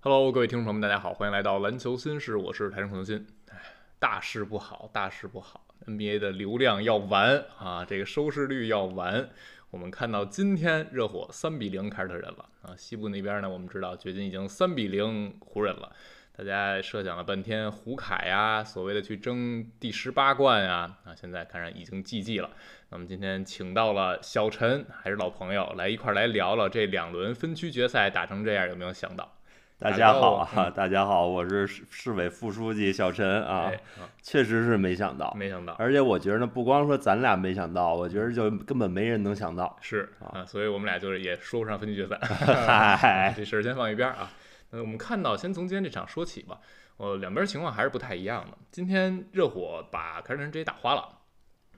Hello，各位听众朋友们，大家好，欢迎来到篮球新事，我是台中孔新。唉大势不好，大势不好，NBA 的流量要完啊，这个收视率要完。我们看到今天热火三比零凯尔特人了啊，西部那边呢，我们知道掘金已经三比零湖人了。大家设想了半天，胡凯呀、所谓的去争第十八冠呀、啊，现在看上已经寂寂了。那么今天请到了小陈，还是老朋友，来一块儿来聊聊这两轮分区决赛打成这样，有没有想到？大打家招好呼啊，大家好，我是市市委副书记小陈啊哎，啊确实是没想到，没想到，。而且我觉得呢，不光说咱俩没想到，我觉得就根本没人能想到 是啊啊，所以我们俩就是也说不上分区 决赛，嗨，这事儿先放一边儿啊。那我们看到，先从今天这场说起吧。呃，两边儿情况还是不太一样的。今天热火把凯尔特人直接打花了，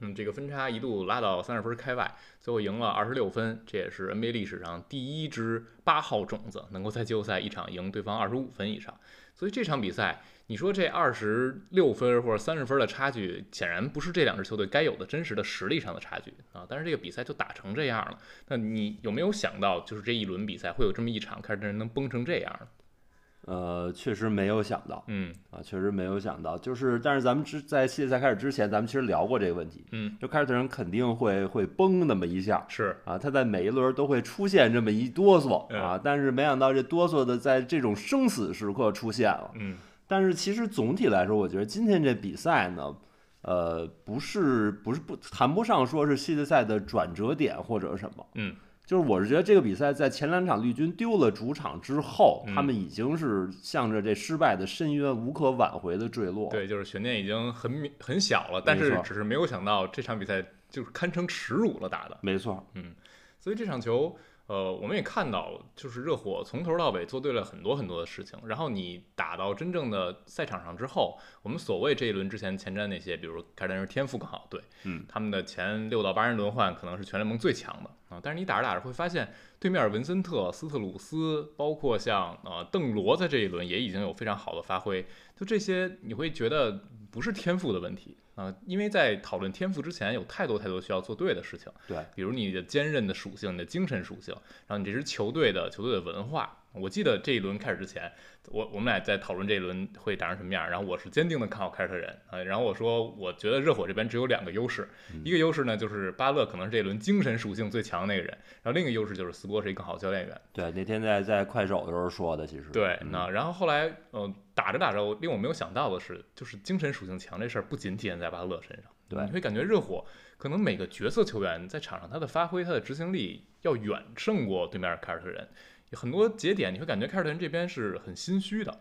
嗯，这个分差一度拉到三十分开外，最后赢了二十六分，这也是 NBA 历史上第一支八号种子能够在季后赛一场赢对方二十五分以上。所以这场比赛，你说这二十六分或者三十分的差距，显然不是这两支球队该有的真实的实力上的差距啊。但是这个比赛就打成这样了，那你有没有想到，就是这一轮比赛会有这么一场凯尔特人能崩成这样？ 呃，确实没有想到嗯啊，确实没有想到，就是但是咱们之在系列赛开始之前，咱们其实聊过这个问题，嗯，就凯尔特人肯定会会崩那么一下。是啊，他在每一轮都会出现这么一哆嗦嗯啊，但是没想到这哆嗦的在这种生死时刻出现了，嗯但是其实总体来说，我觉得今天这比赛呢，呃，不是不是不谈不上说是系列赛的转折点或者什么，嗯，就是我是觉得这个比赛在前两场绿军丢了主场之后，嗯他们已经是向着这失败的深渊无可挽回的坠落。对，就是悬念已经很明很小了，但是错只是没有想到这场比赛就是堪称耻辱了打的。没错，所以这场球，呃，我们也看到，就是热火从头到尾做对了很多很多的事情。然后你打到真正的赛场上之后，我们所谓这一轮之前前瞻那些，比如凯尔特人是天赋更好，对，嗯，他们的前六到八人轮换可能是全联盟最强的啊。但是你打着打着会发现，对面文森特、斯特鲁斯，包括像呃邓罗，在这一轮也已经有非常好的发挥。就这些，你会觉得不是天赋的问题啊，因为在讨论天赋之前，有太多太多需要做对的事情。对，比如你的坚韧的属性、你的精神属性，然后你这支球队的球队的文化。我记得这一轮开始之前，我我们俩在讨论这一轮会打成什么样，然后我是坚定的看好凯尔特人啊，然后我说我觉得热火这边只有两个优势，一个优势呢就是巴勒可能是这一轮精神属性最强的那个人，然后另一个优势就是斯波是一个更好的教练员，对，那天在在快手的时候说的，其实对，嗯那然后后来，呃，打着打着，令我没有想到的是，就是精神属性强这事儿不仅体现在巴特勒身上，对你会感觉热火可能每个角色球员在场上他的发挥、他的执行力要远胜过对面的凯尔特人，有很多节点你会感觉凯尔特人这边是很心虚的。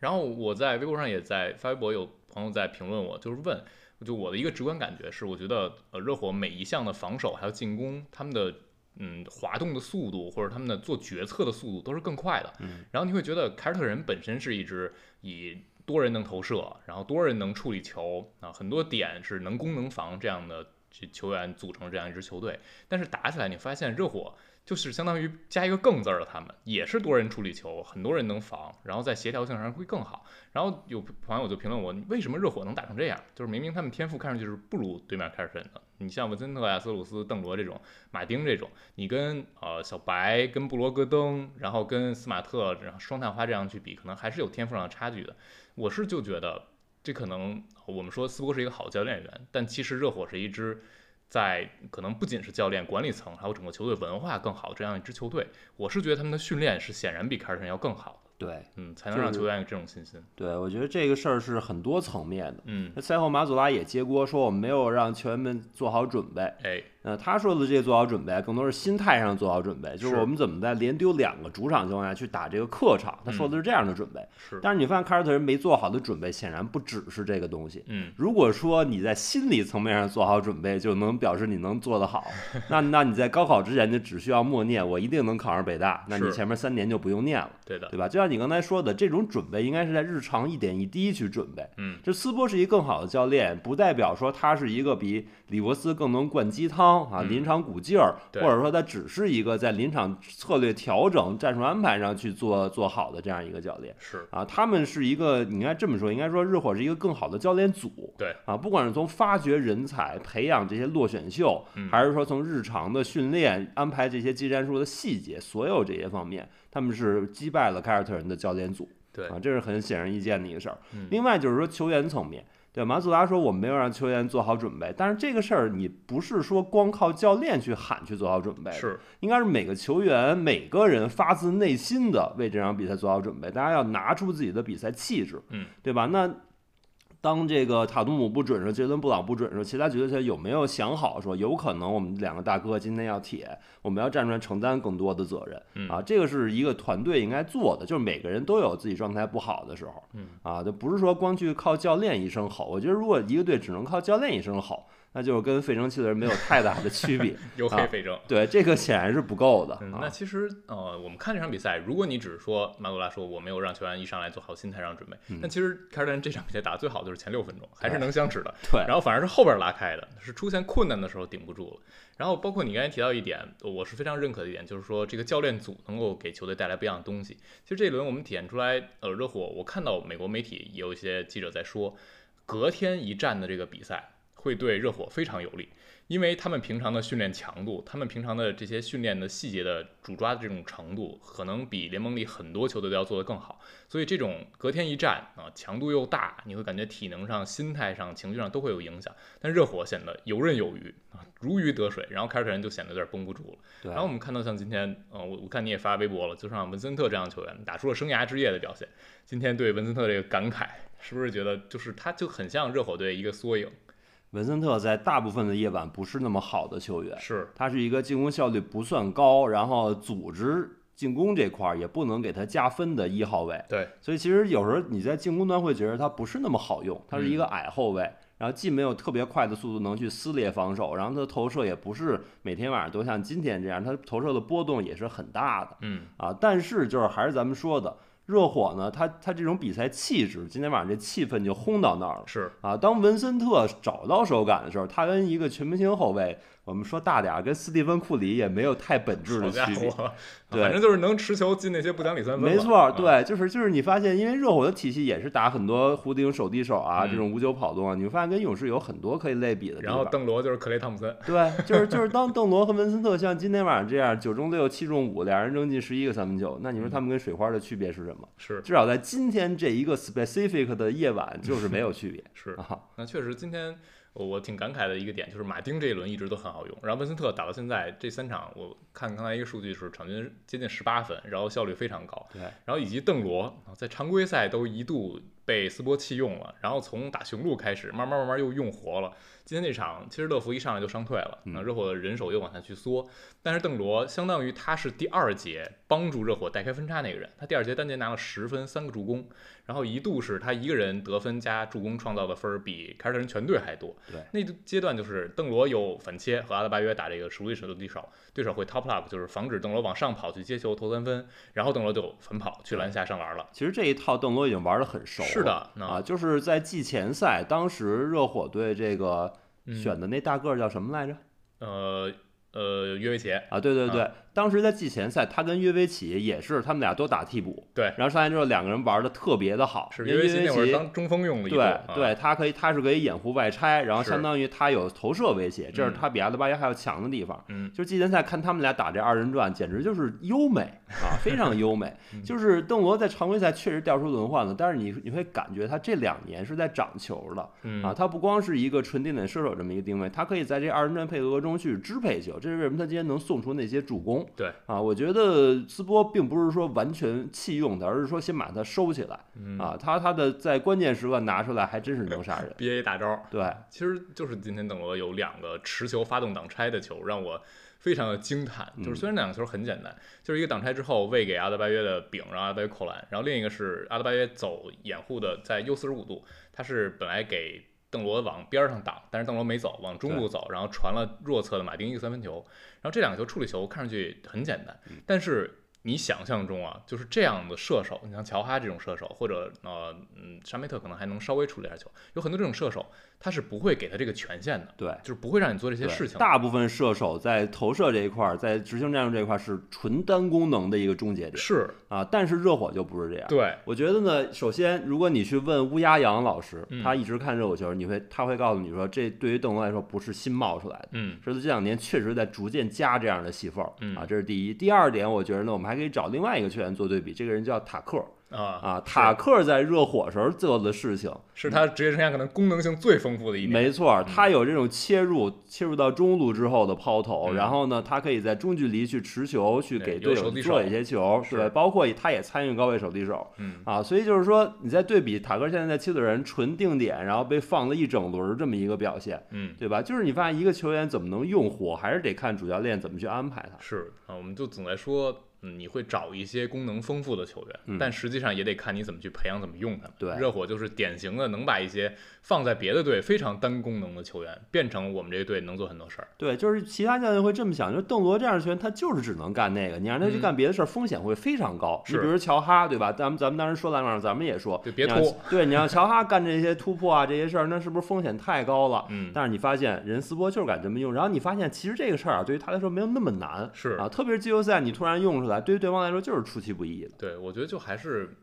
然后我在微博上也在发微博，有朋友在评论我，就是问，就我的一个直观感觉是，我觉得呃热火每一项的防守还有进攻，他们的嗯滑动的速度或者他们的做决策的速度都是更快的。然后你会觉得凯尔特人本身是一支以多人能投射，然后多人能处理球啊，很多点是能攻能防这样的这球员组成这样一支球队。但是打起来，你发现热火就是相当于加一个“更”字儿的，他们也是多人处理球，很多人能防，然后在协调性上会更好。然后有朋友就评论我，为什么热火能打成这样？就是明明他们天赋看上去是不如对面凯尔特人的。你像文森特呀、斯鲁斯、邓罗这种，马丁这种，你跟呃小白、跟布罗格登，然后跟斯马特，然后双探花这样去比，可能还是有天赋上的差距的。我是就觉得，这可能我们说斯波是一个好教练员，但其实热火是一支在可能不仅是教练、管理层，还有整个球队文化更好这样一支球队。我是觉得他们的训练是显然比凯尔特人要更好的，对嗯，才能让就是球员有这种信心。对，我觉得这个事儿是很多层面的。嗯，那赛后马祖拉也接锅说，我们没有让球员们做好准备。哎，呃，他说的这些做好准备，更多是心态上做好准备，就是是我们怎么在连丢两个主场情况下去打这个客场。他说的是这样的准备，嗯是，但是你发现凯尔特人没做好的准备，显然不只是这个东西。嗯，如果说你在心理层面上做好准备，就能表示你能做 得好，那那你在高考之前就只需要默念我一定能考上北大，那你是前面三年就不用念了，对的，对吧？就像你刚才说的，这种准备应该是在日常一点一滴去准备。嗯，这斯波是一个更好的教练，不代表说他是一个比里伯斯更能灌鸡汤伤啊、嗯临场鼓劲儿，对或者说他只是一个在临场策略调整、战术安排上去做做好的这样一个教练。是啊，他们是一个，你应该这么说，应该说日火是一个更好的教练组。对啊，不管是从发掘人才、培养这些落选秀，嗯还是说从日常的训练、安排这些技战术的细节，所有这些方面，他们是击败了凯尔特人的教练组。对啊，这是很显而易见的一个事儿。嗯另外就是说球员层面，对马祖达说我们没有让球员做好准备，但是这个事儿你不是说光靠教练去喊去做好准备，是应该是每个球员每个人发自内心的为这场比赛做好准备，大家要拿出自己的比赛气质，嗯，对吧？那当这个塔图姆不准时候，杰伦布朗不准时候，其他角色有没有想好说，有可能我们两个大哥今天要铁，我们要站出来承担更多的责任、嗯啊？这个是一个团队应该做的，就是每个人都有自己状态不好的时候，嗯啊，就不是说光去靠教练一声吼。我觉得如果一个队只能靠教练一声吼，那就是跟费城七六人没有太大的区别。黝黑非正。对，这个显然是不够的。嗯，啊那其实呃，我们看这场比赛，如果你只是说马杜拉说我没有让球员一上来做好心态上准备，但其实凯尔特人这场比赛打得最好的就是前六分钟，还是能相持的。嗯对然后反而是后边拉开的，是出现困难的时候顶不住了。然后包括你刚才提到一点，我是非常认可的一点，就是说这个教练组能够给球队带来不一样的东西。其实这一轮我们体现出来，呃，热火，我看到美国媒体也有一些记者在说，隔天一战的这个比赛会对热火非常有利，因为他们平常的训练强度，他们平常的这些训练的细节的主抓的这种程度，可能比联盟里很多球队都要做得更好。所以这种隔天一战啊，强度又大，你会感觉体能上、心态上、情绪上都会有影响。但热火显得游刃有余啊，如鱼得水，然后凯尔特人就显得有点绷不住了。对，然后我们看到像今天，呃，我我看你也发微博了，就像文森特这样的球员打出了生涯之夜的表现。今天对文森特这个感慨，是不是觉得就是他就很像热火队一个缩影？文森特在大部分的夜晚不是那么好的球员，是，他是一个进攻效率不算高，然后组织进攻这块儿也不能给他加分的一号位。对，所以其实有时候你在进攻端会觉得他不是那么好用，他是一个嗯矮后卫，然后既没有特别快的速度能去撕裂防守，然后他的投射也不是每天晚上都像今天这样，他投射的波动也是很大的。嗯，啊，但是就是还是咱们说的，热火呢，他他这种比赛气质，今天晚上这气氛就轰到那儿了。是，啊，当文森特找到手感的时候，他跟一个全明星后卫，我们说大点儿，跟斯蒂芬库里也没有太本质好的家区别。伙，对反正就是能持球进那些不讲理三分吧。没错，嗯，对，就是就是你发现，因为热火的体系也是打很多弧顶手递手啊，嗯这种无球跑动啊，你会发现跟勇士有很多可以类比的地然后方。邓罗就是克雷汤普森，对，就是就是当邓罗和文森特像今天晚上这样九中六七中五，俩人扔进十一个三分球，那你嗯说他们跟水花的区别是什么？是至少在今天这一个 specific 的夜晚，就是没有 区别是。啊。那确实，今天我我挺感慨的一个点就是马丁这一轮一直都很好用，然后文森特打到现在这三场，我看刚才一个数据是场均接近十八分，然后效率非常高，对，然后以及邓罗啊在常规赛都一度被斯波弃用了，然后从打雄鹿开始，慢慢慢慢又用活了。今天这场其实乐福一上来就伤退了，那热火的人手又往下去缩，但是邓罗相当于他是第二节帮助热火带开分差那个人，他第二节单节拿了十分三个助攻，然后一度是他一个人得分加助攻创造的分儿比凯尔特人全队还多。对，那阶段就是邓罗有反切和阿德巴约打这个熟力手对手，对手会 top up，就是防止邓罗往上跑去接球投三分，然后邓罗就反跑去篮下上篮了。其实这一套邓罗已经玩得很熟了。是的，那、啊，就是在季前赛，当时热火队这个嗯选的那大个儿叫什么来着？呃呃约维奇，啊，对对对，当时在季前赛，他跟约维奇也是，他们俩都打替补。对然后上来之后，两个人玩的特别的好，是因约为维奇约那会维儿奇。当中锋用了一对个，对，啊他可以，他是可以掩护外拆，然后是相当于他有投射威胁，这是嗯他比阿德巴约还要强的地方。嗯就是季前赛看他们俩打这二人转，简直就是优美啊，非常优美嗯。就是邓罗在常规赛确实掉出轮换了，但是你你会感觉他这两年是在长球的嗯啊，他不光是一个纯定点射手这么一个定位，他可以在这二人转配合中去支配球，这是为什么他今天能送出那些助攻。对啊，我觉得斯波并不是说完全弃用他，而是说先把他收起来嗯。啊，他他的在关键时刻拿出来还真是能杀人，BA 大招。对，其实就是今天邓罗有两个持球发动挡拆的球，让我非常的惊叹。就是虽然那两个球很简单，就是一个挡拆之后喂给阿德巴约的饼，让阿德巴约扣篮，然后另一个是阿德巴约走掩护的，在 U 四十五度，他是本来给邓罗往边儿上挡，但是邓罗没走，往中路走，然后传了弱侧的马丁一个三分球。然后这两个球处理球看上去很简单，但是。你想象中啊，就是这样的射手，你像乔哈这种射手，或者呃嗯沙梅特可能还能稍微处理点球，有很多这种射手，他是不会给他这个权限的，对。就是不会让你做这些对事情的。大部分射手在投射这一块儿，在执行战术这一块儿是纯单功能的一个终结点是啊，但是热火就不是这样。对，我觉得呢，首先，如果你去问乌鸦杨老师嗯，他一直看热火球，你会他会告诉你说，这对于邓龙来说不是新冒出来的，嗯是这两年确实在逐渐加这样的细缝儿嗯啊，这是第一。第二点，我觉得呢，我们还可以找另外一个球员做对比，这个人叫塔克啊啊，是塔克在热火时候做的事情，是他职业生涯可能功能性最丰富的一年。没错，他有这种切入切入到中路之后的抛投，嗯然后呢，他可以在中距离去持球，去对给有队手友递做手一些球，是对，包括他也参与高位手递手嗯啊，所以就是说，你在对比塔克现在在七六人纯定点，然后被放了一整轮儿这么一个表现，嗯，对吧？就是你发现一个球员怎么能用火，还是得看主教练怎么去安排他。是啊，我们就总在说，嗯，你会找一些功能丰富的球员，嗯但实际上也得看你怎么去培养、怎么用他们。对热火就是典型的能把一些放在别的队非常单功能的球员，变成我们这个队能做很多事儿。对，就是其他教练会这么想，就是邓罗这样的球员，他就是只能干那个，你让他去嗯干别的事儿，风险会非常高。你是比如乔哈，对吧？咱们咱们当时说篮网，咱们也说，对别你让拖。对，你让乔哈干这些突破啊，这些事儿，那是不是风险太高了？嗯，但是你发现人斯波就是敢这么用，然后你发现其实这个事儿啊，对于他来说没有那么难，是啊，特别是季后赛你突然用出来，对于对方来说就是出其不意的。对，我觉得就还是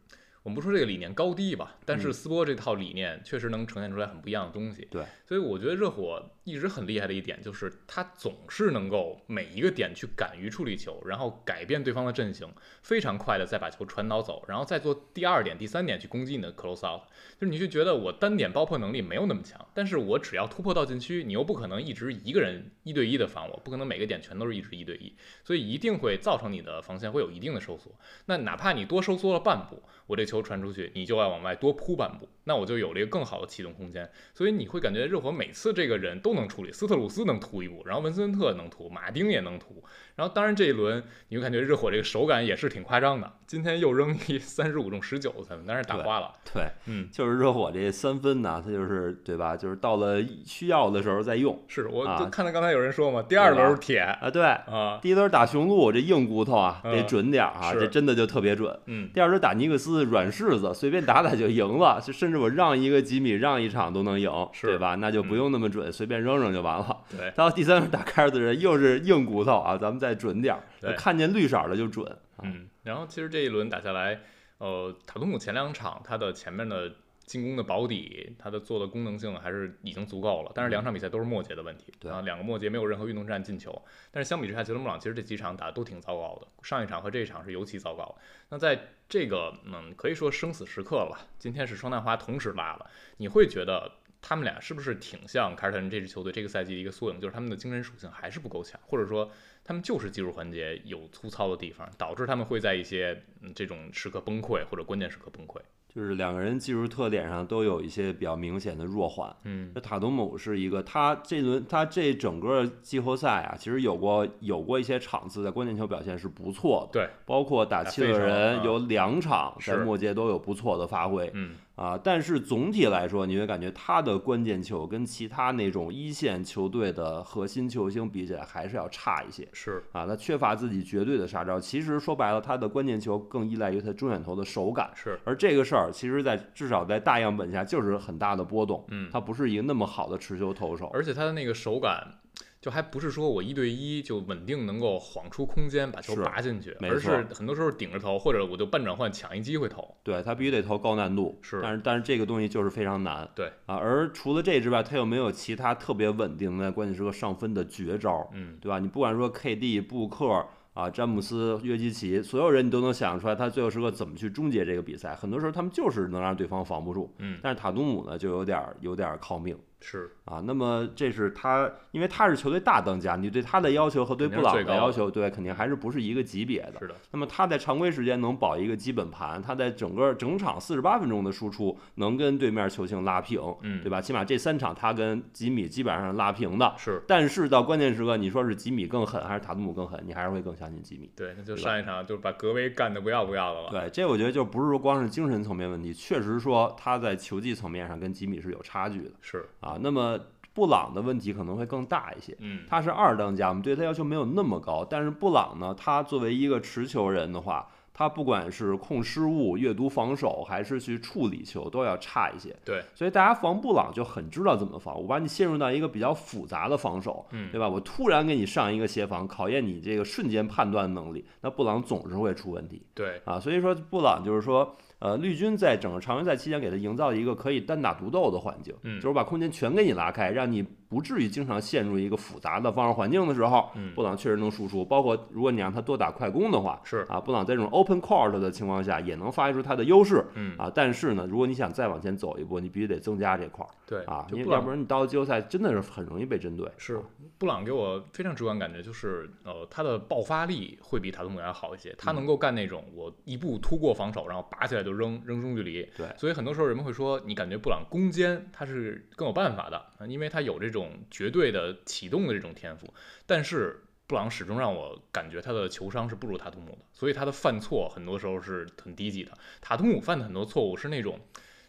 我们不说这个理念高低吧，但是嗯斯波这套理念确实能呈现出来很不一样的东西。对，所以我觉得热火一直很厉害的一点就是，他总是能够每一个点去敢于处理球，然后改变对方的阵型，非常快的再把球传导走，然后再做第二点、第三点去攻击你的 close out。就是你就觉得我单点爆破能力没有那么强，但是我只要突破到禁区，你又不可能一直一个人一对一的防我，不可能每个点全都是一直一对一，所以一定会造成你的防线会有一定的收缩。那哪怕你多收缩了半步，我这球传出去，你就要往外多扑半步，那我就有了一个更好的启动空间。所以你会感觉热火每次这个人都能处理，斯特鲁斯能突一步，然后文森特能突，马丁也能突。然后当然这一轮你会感觉热火这个手感也是挺夸张的，今天又扔一三十五中十九分，但是打花了。对，嗯，就是热火这三分呢，他就是对吧？就是到了需要的时候再用是我啊就看到刚才有人说嘛，第二轮是铁啊。对，啊， 第一轮打雄鹿，这硬骨头啊得嗯准点儿啊，是这真的就特别准。嗯，第二轮打尼克斯，软柿子，随便打打就赢了， 就甚至我让一个几米，让一场都能赢，是嗯对吧？那就不用那么准，随便扔扔就完了。 对，到第三轮打凯尔特人，又是硬骨头啊，咱们再准点儿，对看见绿色儿的就准。啊嗯，然后其实这一轮打下来，呃，塔图姆前两场他的前面的进攻的保底，他的做的功能性还是已经足够了，但是两场比赛都是末节的问题，对啊，两个末节没有任何运动战进球。但是相比之下，杰伦布朗其实这几场打得都挺糟糕的，上一场和这一场是尤其糟糕。那在这个嗯，可以说生死时刻了吧，今天是双探花同时拉了，你会觉得。他们俩是不是挺像凯尔特人这支球队这个赛季的一个缩影？就是他们的精神属性还是不够强，或者说他们就是技术环节有粗糙的地方，导致他们会在一些嗯这种时刻崩溃或者关键时刻崩溃。就是两个人技术特点上都有一些比较明显的弱环。嗯这塔图姆是一个，他这轮他这整个季后赛啊，其实有过有过一些场次在关键球表现是不错的，对，包括打打七六费城人啊有两场在是末节都有不错的发挥，嗯，啊，但是总体来说，你会感觉他的关键球跟其他那种一线球队的核心球星比起来，还是要差一些是啊。他缺乏自己绝对的杀招。其实说白了，他的关键球更依赖于他中远投的手感，是，而这个事儿，其实在至少在大样本下就是很大的波动。嗯，他不是一个那么好的持球投手，而且他的那个手感，就还不是说我一对一就稳定能够晃出空间把球是拔进去，没而错是很多时候顶着投，或者我就半转换抢一机会投。对他必须得投高难度。是但是但是这个东西就是非常难。对啊，而除了这之外，他又没有其他特别稳定的在关键时刻上分的绝招。嗯，对吧？你不管说 KD、布克啊、詹姆斯、约基奇，所有人你都能想出来他最后时刻怎么去终结这个比赛。很多时候他们就是能让对方防不住，嗯但是塔图姆呢就有点儿有点儿靠命是啊。那么这是他，因为他是球队大当家，你对他的要求和对布肯朗定是最高的的要求，对肯定还是不是一个级别的。是的，那么他在常规时间能保一个基本盘，他在整个整场四十八分钟的输出能跟对面球星拉平，嗯对吧？起码这三场他跟吉米基本上是拉平的，是。但是到关键时刻，你说是吉米更狠还是塔图姆更狠，你还是会更相信吉米。对，那就对吧上一场就把格威干得不要不要的了。对，这我觉得就不是说光是精神层面问题，确实说他在球技层面上跟吉米是有差距的是，啊。那么布朗的问题可能会更大一些。嗯，他是二当家，我们对他要求没有那么高，但是布朗呢，他作为一个持球人的话，他不管是控失误、阅读防守，还是去处理球，都要差一些。对，所以大家防布朗就很知道怎么防，我把你陷入到一个比较复杂的防守，嗯对吧？我突然给你上一个协防，考验你这个瞬间判断能力，那布朗总是会出问题。对，啊，所以说布朗就是说，呃，绿军在整个常规赛期间给他营造一个可以单打独斗的环境，嗯就是把空间全给你拉开，让你不至于经常陷入一个复杂的防守环境的时候，嗯布朗确实能输出。包括如果你让他多打快攻的话，是，啊，布朗在这种 open court 的情况下也能发挥出他的优势。嗯，啊，但是呢，如果你想再往前走一步，你必须得增加这块儿对啊，就因布为要朗不然你到了季后赛真的是很容易被针对。是啊布朗给我非常直观感觉就是，呃，他的爆发力会比塔图姆要好一些，他能够干那种我一步突过防守，然后拔起来就扔扔中距离。对所以很多时候人们会说，你感觉布朗攻坚他是更有办法的，啊因为他有这种绝对的启动的这种天赋。但是布朗始终让我感觉他的球商是不如塔图姆的，所以他的犯错很多时候是很低级的。塔图姆犯的很多错误是那种。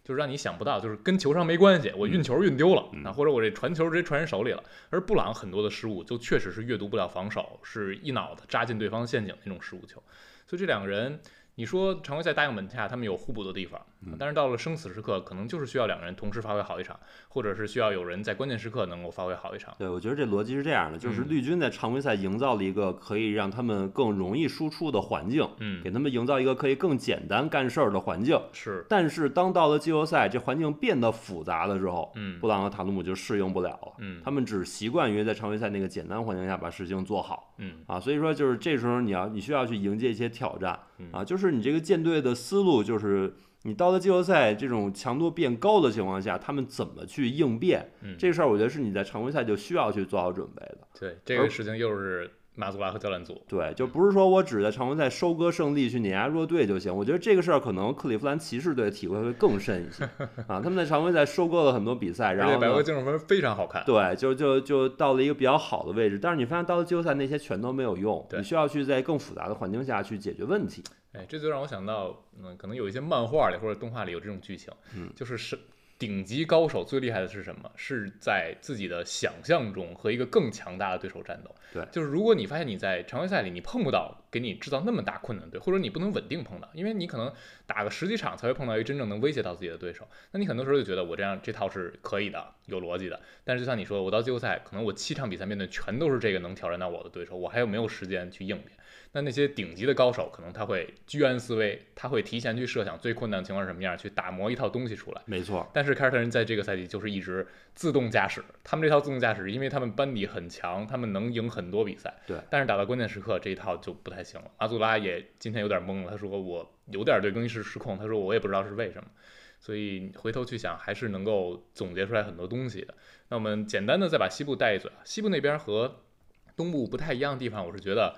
就是让你想不到，就是跟球商没关系，我运球运丢了、啊，或者我这传球直接传人手里了。而布朗很多的失误就确实是阅读不了防守，是一脑子扎进对方陷阱那种失误球。所以这两个人，你说常规赛大样本下他们有互补的地方，嗯但是到了生死时刻，可能就是需要两个人同时发挥好一场，或者是需要有人在关键时刻能够发挥好一场。对，我觉得这逻辑是这样的，就是嗯绿军在常规赛营造了一个可以让他们更容易输出的环境，嗯给，他们营造一个可以更简单干事儿的环境。是，但是当到了季后赛，这环境变得复杂的时候，嗯布朗和塔图姆就适应不了了。嗯他们只习惯于在常规赛那个简单环境下把事情做好嗯啊，所以说就是这时候你要你需要去迎接一些挑战嗯啊，就是你这个舰队的思路就是你到了季后赛这种强度变高的情况下，他们怎么去应变？嗯，这事儿我觉得是你在常规赛就需要去做好准备的。对这个事情又是马祖拉和教练组，对，就不是说我只在常规赛收割胜利去碾压弱队就行。我觉得这个事儿可能克利夫兰骑士队体会会更深 一些啊。他们在常规赛收割了很多比赛，而然且后百合呢净胜分非常好看。对，就就就到了一个比较好的位置。但是你发现到了季后赛那些全都没有用，对你需要去在更复杂的环境下去解决问题。哎，这就让我想到，嗯，可能有一些漫画里或者动画里有这种剧情，嗯就是是顶级高手最厉害的是什么？是在自己的想象中和一个更强大的对手战斗。对就是如果你发现你在常规赛里你碰不到给你制造那么大困难的队，或者你不能稳定碰到，因为你可能打个十几场才会碰到一个真正能威胁到自己的对手，那你很多时候就觉得我这样这套是可以的，有逻辑的。但是就像你说，我到季后赛可能我七场比赛面对全都是这个能挑战到我的对手，我还有没有时间去应变？那那些顶级的高手，可能他会居安思危，他会提前去设想最困难的情况是什么样，去打磨一套东西出来。没错，但是凯尔特人在这个赛季就是一直自动驾驶，他们这套自动驾驶，因为他们班底很强，他们能赢很多比赛。对但是打到关键时刻，这一套就不太行了。阿祖拉也今天有点懵了，他说我有点对更衣室失控，他说我也不知道是为什么。所以回头去想，还是能够总结出来很多东西的。那我们简单的再把西部带一嘴啊，西部那边和东部不太一样的地方，我是觉得，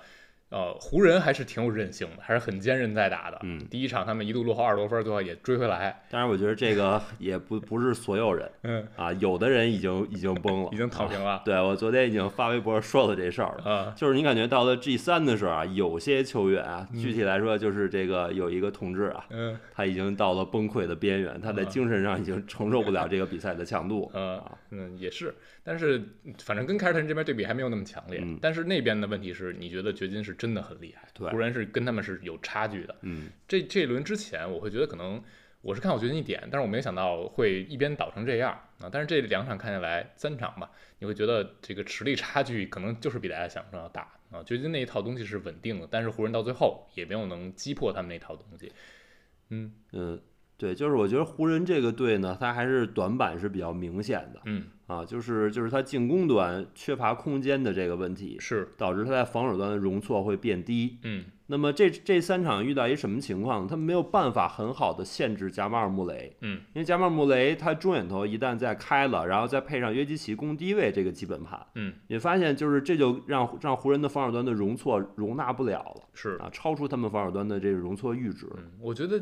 呃，湖人还是挺有韧性的，还是很坚韧在打的。嗯第一场他们一度落后二十多分，最后也追回来。当然我觉得这个也不不是所有人嗯，啊，有的人已经已经崩了，啊已经躺平了。对我昨天已经发微博说了这事儿了。啊，就是你感觉到了 G 三的时候啊，有些球员啊，具体来说就是这个有一个同志啊，嗯他已经到了崩溃的边缘，他在精神上已经承受不了这个比赛的强度。呃嗯也是，但是反正跟凯尔特人这边对比还没有那么强烈。嗯但是那边的问题是，你觉得掘金是真的很厉害，对湖人是跟他们是有差距的。嗯，这这一轮之前，我会觉得可能我是看好掘金一点，但是我没有想到会一边倒成这样啊。但是这两场看下来，三场吧，你会觉得这个实力差距可能就是比大家想象要大啊。掘金那一套东西是稳定的，但是湖人到最后也没有能击破他们那套东西。嗯嗯，对，就是我觉得湖人这个队呢，他还是短板是比较明显的嗯，啊，就是就是他进攻端缺乏空间的这个问题，是，导致他在防守端的容错会变低。嗯那么这这三场遇到一什么情况？他没有办法很好的限制加马尔穆雷，嗯因为加马尔穆雷他中远投一旦再开了，然后再配上约基奇攻低位这个基本盘，嗯，你发现就是这就让让湖人的防守端的容错容纳不了了是。啊，超出他们防守端的这个容错阈值。嗯，我觉得，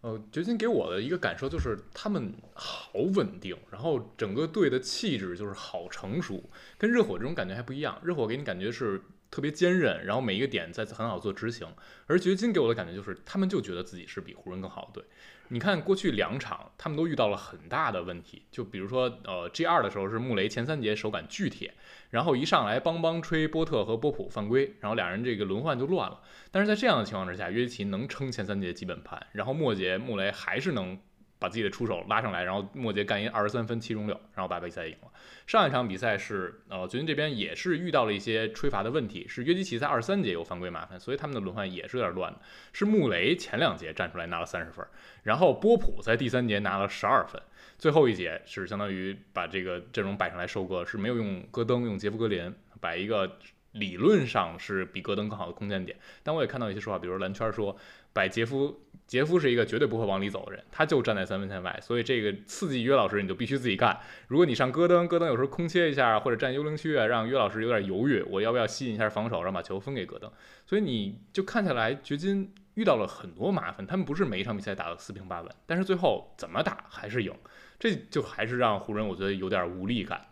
呃，掘金给我的一个感受就是他们好稳定，然后整个队的气质就是好成熟，跟热火这种感觉还不一样。热火给你感觉是特别坚韧，然后每一个点在很好做执行。而掘金给我的感觉就是，他们就觉得自己是比湖人更好的队。你看过去两场，他们都遇到了很大的问题，就比如说呃 G 二的时候是穆雷前三节手感巨铁，然后一上来邦邦吹波特和波普犯规，然后俩人这个轮换就乱了。但是在这样的情况之下，约基奇能撑前三节基本盘，然后末节穆雷还是能。把自己的出手拉上来，然后末节干一二十三分七中六，然后把比赛赢了。上一场比赛是呃，掘金这边也是遇到了一些吹罚的问题，是约基奇在二十三节有犯规麻烦，所以他们的轮换也是有点乱的。是穆雷前两节站出来拿了三十分，然后波普在第三节拿了十二分，最后一节是相当于把这个阵容摆上来收割，是没有用戈登，用杰夫格林摆一个。理论上是比戈登更好的空间点，但我也看到一些说法，比如蓝圈说，摆杰夫，杰夫是一个绝对不会往里走的人，他就站在三分线外，所以这个刺激约老师你就必须自己干。如果你上戈登，戈登有时候空切一下或者站幽灵区啊，让约老师有点犹豫，我要不要吸引一下防守，然后把球分给戈登？所以你就看下来，掘金遇到了很多麻烦，他们不是每一场比赛打得四平八稳，但是最后怎么打还是赢，这就还是让湖人我觉得有点无力感。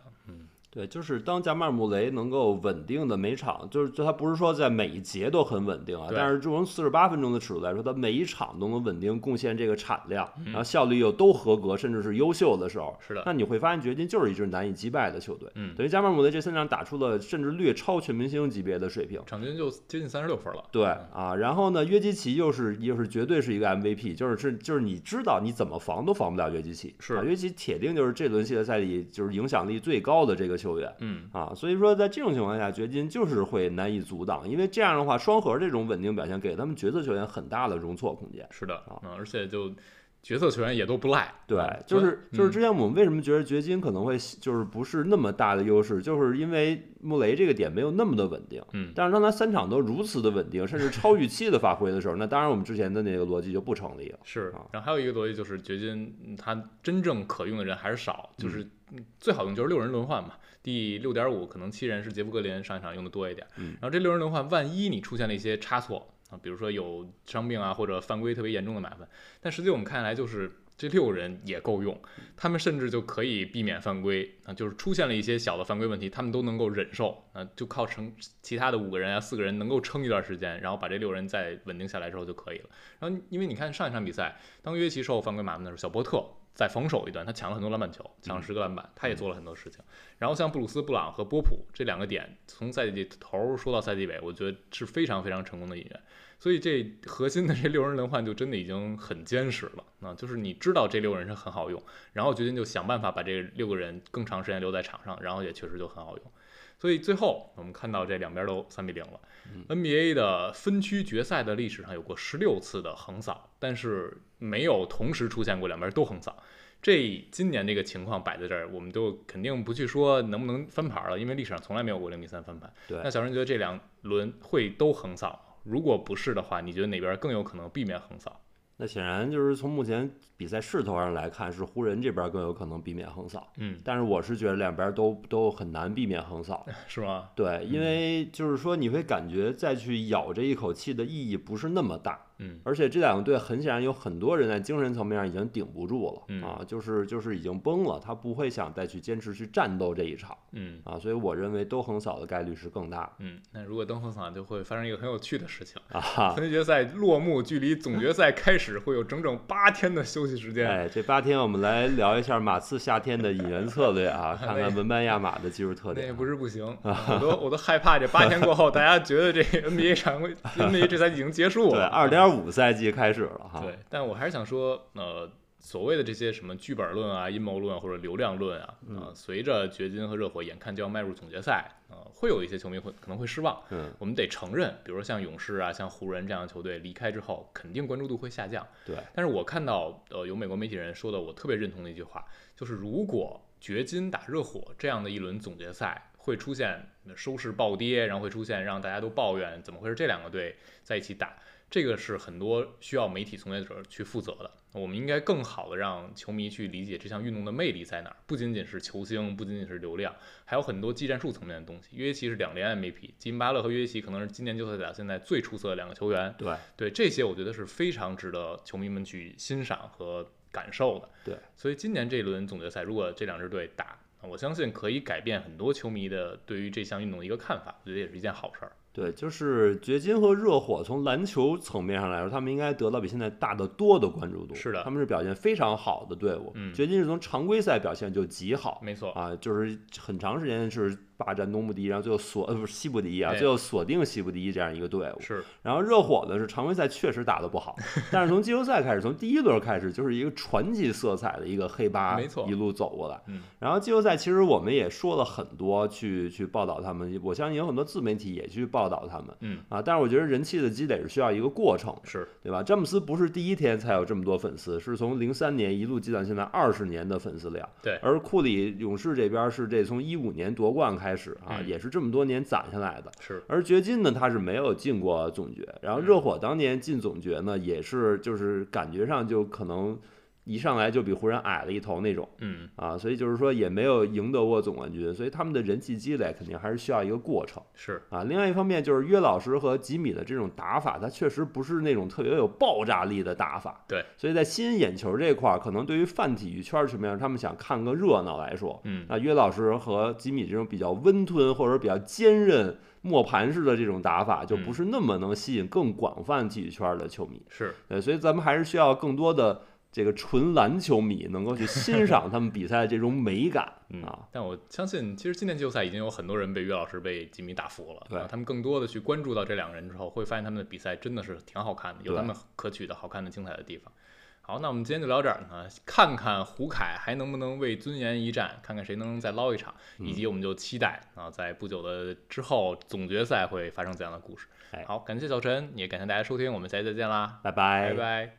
对，就是当加马尔穆雷能够稳定的每场，就是就他不是说在每一节都很稳定啊，对但是从四十八分钟的尺度来说，他每一场都能稳定贡献这个产量，嗯然后效率又都合格，甚至是优秀的时候，是的，那你会发现掘金就是一支难以击败的球队。嗯，等于加马尔穆雷这三场打出了甚至略超全明星级别的水平。场均就接近三十六分了。对啊，然后呢，约基奇又是又是绝对是一个 MVP，就是是就是你知道你怎么防都防不了约基奇，是啊，约基奇铁定就是这轮系列赛里就是影响力最高的这个球员。嗯，啊，所以说在这种情况下，掘金就是会难以阻挡，因为这样的话，双核这种稳定表现给他们角色球员很大的容错空间。是的啊，嗯，而且就角色球员也都不赖，对嗯，就是嗯就是之前我们为什么觉得掘金可能会就是不是那么大的优势，就是因为穆雷这个点没有那么的稳定。嗯但是当他三场都如此的稳定，甚至超预期的发挥的时候，那当然我们之前的那个逻辑就不成立了。是啊，然后还有一个逻辑就是掘金嗯他真正可用的人还是少，就是嗯最好用就是六人轮换嘛，第六点五可能七人是杰夫格林上一场用的多一点，嗯然后这六人轮换，万一你出现了一些差错啊，比如说有伤病啊或者犯规特别严重的麻烦，但实际我们看下来就是。这六人也够用，他们甚至就可以避免犯规啊，就是出现了一些小的犯规问题，他们都能够忍受啊，就靠成其他的五个人啊、四个人能够撑一段时间，然后把这六人再稳定下来之后就可以了。然后因为你看上一场比赛，当约基奇受犯规麻烦的时候，小波特在防守一端，他抢了很多篮板球，抢了十个篮板，他也做了很多事情。然后像布鲁斯布朗和波普这两个点，从赛季头说到赛季尾，我觉得是非常非常成功的引援。所以这核心的这六人轮换就真的已经很坚实了，啊，就是你知道这六人是很好用，然后掘金就想办法把这六个人更长时间留在场上，然后也确实就很好用。所以最后我们看到这两边都三比零了。NBA 的分区决赛的历史上有过十六次的横扫，但是没有同时出现过两边都横扫。这今年这个情况摆在这儿，我们就肯定不去说能不能翻盘了，因为历史上从来没有过零比三翻盘。对那小陈觉得这两轮会都横扫吗？如果不是的话，你觉得哪边更有可能避免横扫？那显然就是从目前比赛势头上来看，是湖人这边更有可能避免横扫，嗯，但是我是觉得两边都都很难避免横 扫。是吗？对，因为就是说你会感觉再去咬这一口气的意义不是那么大，嗯，而且这两个队很显然有很多人在精神层面上已经顶不住了、嗯啊，就是就是已经崩了，他不会想再去坚持去战斗这一场嗯啊，所以我认为都横扫的概率是更大的嗯，那如果都横扫，就会发生一个很有趣的事情。啊哈。分区决赛落幕，距离总决赛开始会有整整八天的休息时间。哎，这八天我们来聊一下马刺夏天的引援策略啊，看看文班亚马的技术特那也点啊不是不 行，我都我都害怕这八天过后，大家觉得这 NBA 常规 NBA 这赛季已经结束对，了。嗯二点五啊赛季开始了哈。对，但我还是想说，呃，所谓的这些什么剧本论啊、阴谋论啊或者流量论啊，嗯呃，随着掘金和热火眼看就要迈入总决赛，呃，会有一些球迷会可能会失望。嗯，我们得承认，比如说像勇士啊、像湖人这样的球队离开之后，肯定关注度会下降。对，但是我看到呃有美国媒体人说的，我特别认同的一句话，就是如果掘金打热火这样的一轮总决赛会出现收视暴跌，然后会出现让大家都抱怨怎么会是这两个队在一起打，这个是很多需要媒体从业者去负责的。我们应该更好的让球迷去理解这项运动的魅力在哪儿，不仅仅是球星，不仅仅是流量，还有很多技战术层面的东西。约基奇是两连 MVP，吉姆巴勒和约基奇可能是今年旧赛季打现在最出色的两个球员。对，对这些，我觉得是非常值得球迷们去欣赏和感受的。对，所以今年这一轮总决赛，如果这两支队打，我相信可以改变很多球迷的对于这项运动的一个看法，我觉得也是一件好事儿。对，就是掘金和热火从篮球层面上来说，他们应该得到比现在大得多的关注度。是的他们是表现非常好的队伍。嗯掘金是从常规赛表现就极好没错，啊，就是很长时间是霸占东部第一，然后最后锁呃不是西部第一啊，哎最后锁定西部第一这样一个队伍。是然后热火呢是常规赛确实打 得不好，但是从季后赛开始，从第一轮开始就是一个传奇色彩的一个黑八，没错一路走过来。嗯，然后季后赛其实我们也说了很多去去报道他们，我相信有很多自媒体也去报道他们，嗯啊，但是我觉得人气的积累是需要一个过程，是，对吧？詹姆斯不是第一天才有这么多粉丝，是从零三年一路积攒现在二十年的粉丝量。对而库里勇士这边是这从一五年夺冠开始啊，嗯也是这么多年攒下来的。是而掘金呢，他是没有进过总决，然后热火当年进总决呢，也是就是感觉上就可能一上来就比湖人矮了一头那种嗯啊，所以就是说也没有赢得过总冠军，所以他们的人气积累肯定还是需要一个过程是，啊。另外一方面就是约老师和吉米的这种打法，他确实不是那种特别有爆炸力的打法，对，所以在吸引眼球这块儿，可能对于泛体育圈儿什么样，他们想看个热闹来说，嗯那约老师和吉米这种比较温吞或者比较坚韧磨盘式的这种打法，就不是那么能吸引更广泛体育圈的球迷。是对，所以咱们还是需要更多的这个纯篮球迷能够去欣赏他们比赛的这种美感嗯啊。但我相信，其实今年季后赛已经有很多人被约老师、被吉米打服了。对啊他们更多的去关注到这两个人之后，会发现他们的比赛真的是挺好看的，有对他们可取的、好看的、精彩的地方。好，那我们今天就聊这儿啊，看看胡凯还能不能为尊严一战，看看谁能再捞一场，以嗯及我们就期待啊，在不久的之后总决赛会发生怎样的故事哎。好，感谢小陈，也感谢大家收听，我们下期再见啦，拜拜拜拜